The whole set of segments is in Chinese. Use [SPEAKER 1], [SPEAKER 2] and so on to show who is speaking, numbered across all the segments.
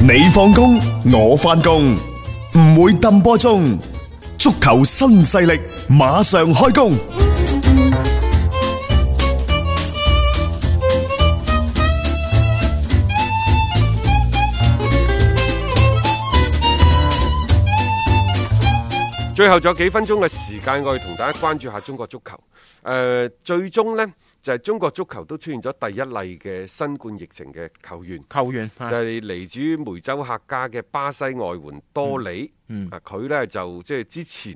[SPEAKER 1] 你放工，我翻工，唔會抌波中。足球新勢力馬上開工。
[SPEAKER 2] 最後仲有幾分鐘嘅時間，我哋同大家關注下中國足球。誒、最終呢，就係、中國足球都出現咗第一例嘅新冠疫情嘅球員，
[SPEAKER 3] 球員
[SPEAKER 2] 就
[SPEAKER 3] 啊
[SPEAKER 2] 係嚟自於梅州客家嘅巴西外援多里。
[SPEAKER 3] 嗯嗯
[SPEAKER 2] 啊，佢呢就即係之前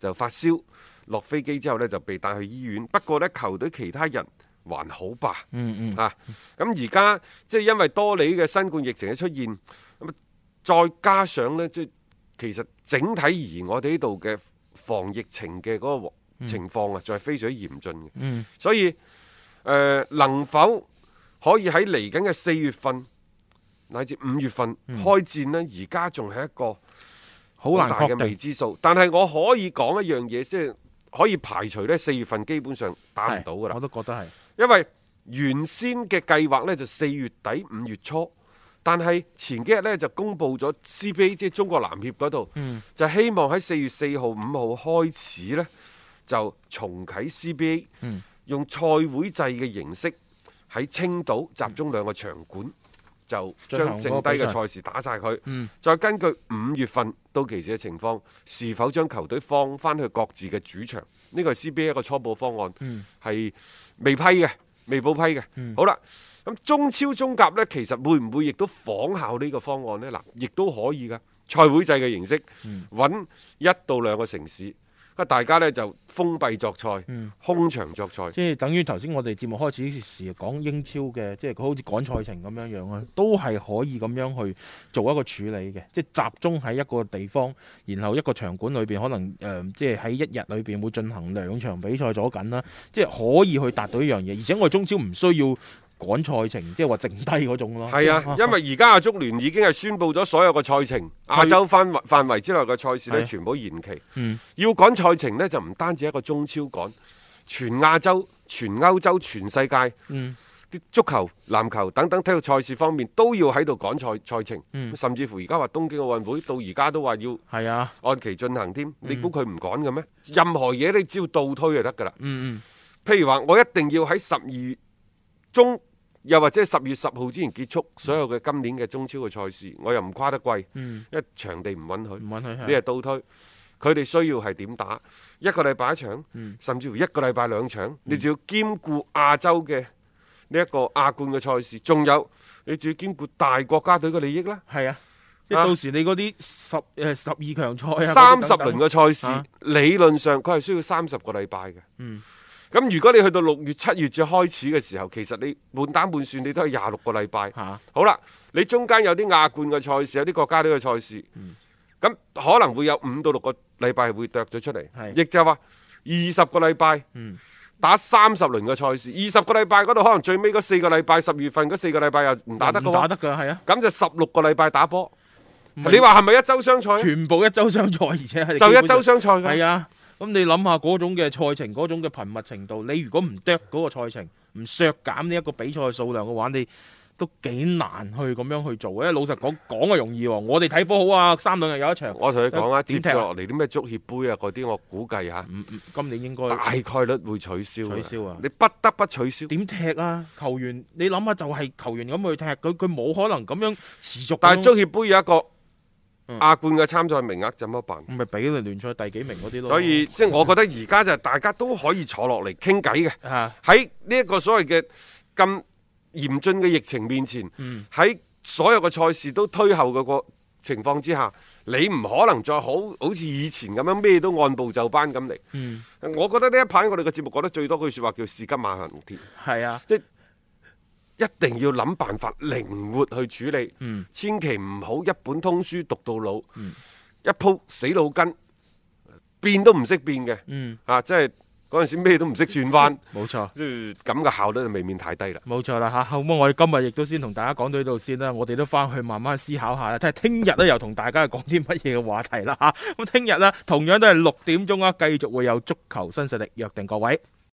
[SPEAKER 2] 就發燒，落飛機之後呢就被帶去醫院。不過呢，球隊其他人還好吧。
[SPEAKER 3] 嗯嗯，
[SPEAKER 2] 啊，咁而家即係因為多里嘅新冠疫情嘅出現，咁啊再加上呢，即係其實整體而言，我哋呢度嘅防疫情嘅嗰個情況啊，就係非常之嚴峻嘅。
[SPEAKER 3] 嗯
[SPEAKER 2] 所以誒、呃能否可以喺嚟緊嘅四月份乃至五月份、
[SPEAKER 3] 嗯
[SPEAKER 2] 開戰呢？而家仲係一個好
[SPEAKER 3] 好難
[SPEAKER 2] 大嘅
[SPEAKER 3] 確
[SPEAKER 2] 未
[SPEAKER 3] 定，
[SPEAKER 2] 知數。但係我可以講一樣嘢，即係可以排除呢，四月份基本上打唔到㗎啦
[SPEAKER 3] 我。都覺得係。
[SPEAKER 2] 因為原先嘅計劃呢就四月底五月初，但係前幾日呢就公布咗 CBA 即係中國籃協嗰度，
[SPEAKER 3] 嗯
[SPEAKER 2] 就希望喺四月四號五號開始呢就重啟 CBA，、
[SPEAKER 3] 嗯
[SPEAKER 2] 用賽會制嘅形式喺青島集中兩個場館。就將剩低嘅賽事打晒佢，
[SPEAKER 3] 嗯
[SPEAKER 2] 再根據五月份到期時嘅情況，是否將球隊放翻去各自嘅主場？呢個係 CBA 一個初步方案，
[SPEAKER 3] 嗯
[SPEAKER 2] 係、未批嘅，未報批嘅。好啦，咁中超中甲呢，其實會唔會亦都仿效呢個方案呢？嗱，亦都可以噶，賽會制嘅形式，
[SPEAKER 3] 嗯
[SPEAKER 2] 揾、一到兩個城市，啊大家呢就封閉作賽，
[SPEAKER 3] 嗯
[SPEAKER 2] 空場作賽。
[SPEAKER 3] 即係等於頭先我哋節目開始時講英超嘅，即係佢好似趕賽程咁樣樣啊，都係可以咁樣去做一個處理嘅，即係集中喺一個地方，然後一個場館裏邊可能誒、呃即係喺一日裏邊會進行兩場比賽咗緊啦，即係可以去達到呢樣嘢，而且我哋中超唔需要趕賽程，即係話剩低嗰種咯。
[SPEAKER 2] 係啊，因為而家亞足聯已經係宣布咗所有嘅賽程，亞洲範圍範圍之內嘅賽事
[SPEAKER 3] 係
[SPEAKER 2] 呢，
[SPEAKER 3] 啊
[SPEAKER 2] 全部延期。
[SPEAKER 3] 嗯
[SPEAKER 2] 要趕賽程呢，就唔單止一個中超趕，全亞洲、全歐洲、全世界
[SPEAKER 3] 嗯
[SPEAKER 2] 啲足球、籃球等等體育賽事方面都要喺度趕賽賽程，
[SPEAKER 3] 嗯
[SPEAKER 2] 甚至乎而家話東京奧運會到而家都話要
[SPEAKER 3] 係啊，
[SPEAKER 2] 按期進行添，你
[SPEAKER 3] 嗯
[SPEAKER 2] 估佢唔趕嘅咩？任何嘢你只要倒推就得㗎啦。
[SPEAKER 3] 嗯嗯
[SPEAKER 2] 譬如話，我一定要喺十二月中，又或者十月十號之前結束所有嘅今年嘅中超嘅賽事，我又唔跨得貴，
[SPEAKER 3] 嗯，
[SPEAKER 2] 因為場地唔允許。
[SPEAKER 3] 唔允許啊
[SPEAKER 2] 呢係倒推。佢哋需要係點打？一個禮拜一場，
[SPEAKER 3] 嗯
[SPEAKER 2] 甚至乎一個禮拜兩場，你就要兼顧亞洲嘅呢一個亞冠嘅賽事，仲有你就要兼顧大國家隊嘅利益啦。
[SPEAKER 3] 係啊，即
[SPEAKER 2] 啊
[SPEAKER 3] 係到時你嗰啲十誒十二強賽啊，
[SPEAKER 2] 三十
[SPEAKER 3] 嗰啲等
[SPEAKER 2] 輪嘅
[SPEAKER 3] 等
[SPEAKER 2] 賽事，
[SPEAKER 3] 啊
[SPEAKER 2] 理論上佢係需要三十個禮拜嘅。
[SPEAKER 3] 嗯
[SPEAKER 2] 咁如果你去到六月、七月至開始嘅時候，其實你滿打滿算你都係廿六個禮拜。
[SPEAKER 3] 嚇
[SPEAKER 2] 好啦，你中間有啲亞冠嘅賽事，有啲國家隊嘅賽事，
[SPEAKER 3] 嗯
[SPEAKER 2] 咁、可能會有五到六個禮拜係會剁咗出嚟，
[SPEAKER 3] 係
[SPEAKER 2] 亦就係話二十個禮拜
[SPEAKER 3] 嗯
[SPEAKER 2] 打三十輪嘅賽事，二十個禮拜嗰度可能最尾嗰四個禮拜，十月份嗰四個禮拜又唔打得嘅
[SPEAKER 3] 唔打
[SPEAKER 2] 喎，
[SPEAKER 3] 得㗎係啊。
[SPEAKER 2] 咁就十六個禮拜打波。
[SPEAKER 3] 唔係
[SPEAKER 2] 你話係咪一周雙賽啊？
[SPEAKER 3] 全部一周雙賽，而且係
[SPEAKER 2] 就一周雙賽㗎
[SPEAKER 3] 係啊，咁你諗下嗰種嘅賽程，嗰種嘅頻密程度，你如果唔剁嗰個賽程，唔削減呢一個比賽嘅數量嘅話，你都幾難去咁樣去做嘅。老實講，講啊容易喎，我哋睇波好啊，三兩日有一場。
[SPEAKER 2] 我同你講啊，接
[SPEAKER 3] 點踢
[SPEAKER 2] 住
[SPEAKER 3] 啊
[SPEAKER 2] 落嚟啲咩足協杯啊嗰啲，我估計嚇、
[SPEAKER 3] 嗯嗯今年應該
[SPEAKER 2] 大概率會取消㗎。
[SPEAKER 3] 取消啊
[SPEAKER 2] 你不得不取消。
[SPEAKER 3] 點踢啊？球員，你諗下就係球員咁去踢，佢佢冇可能咁樣持續咁樣。
[SPEAKER 2] 但係足協杯有一個
[SPEAKER 3] 嗯
[SPEAKER 2] 亞冠嘅參賽名額，怎麼辦？
[SPEAKER 3] 咪俾你聯賽第幾名嗰啲咯。
[SPEAKER 2] 所以即係我覺得而家就係大家都可以坐落嚟傾偈嘅，
[SPEAKER 3] 啊，
[SPEAKER 2] 喺呢一個所謂嘅咁嚴峻嘅疫情面前，
[SPEAKER 3] 嗯
[SPEAKER 2] 喺所有嘅賽事都推後嘅個情況之下，你唔可能再好好似以前咁樣咩都按部就班咁嚟。
[SPEAKER 3] 嗯，
[SPEAKER 2] 我覺得呢一排我哋嘅節目講得最多句説話叫士急馬行田，
[SPEAKER 3] 係啊，
[SPEAKER 2] 一定要諗辦法靈活去處理。
[SPEAKER 3] 嗯
[SPEAKER 2] 千祈唔好一本通書讀到老，
[SPEAKER 3] 嗯
[SPEAKER 2] 一鋪死腦筋，變都唔識變嘅，
[SPEAKER 3] 嗯，
[SPEAKER 2] 啊，即係嗰陣時咩都唔識算 翻，
[SPEAKER 3] 冇錯。
[SPEAKER 2] 即係咁嘅效率就未免太低啦。
[SPEAKER 3] 冇錯啦嚇，好咁我哋今日亦都先同大家講到呢度先啦，我哋都翻去慢慢思考下啦，睇下聽日咧又同大家講啲乜嘢嘅話題啦嚇。咁聽日咧同樣都係六點鐘啊，繼續會有足球新勢力約定各位。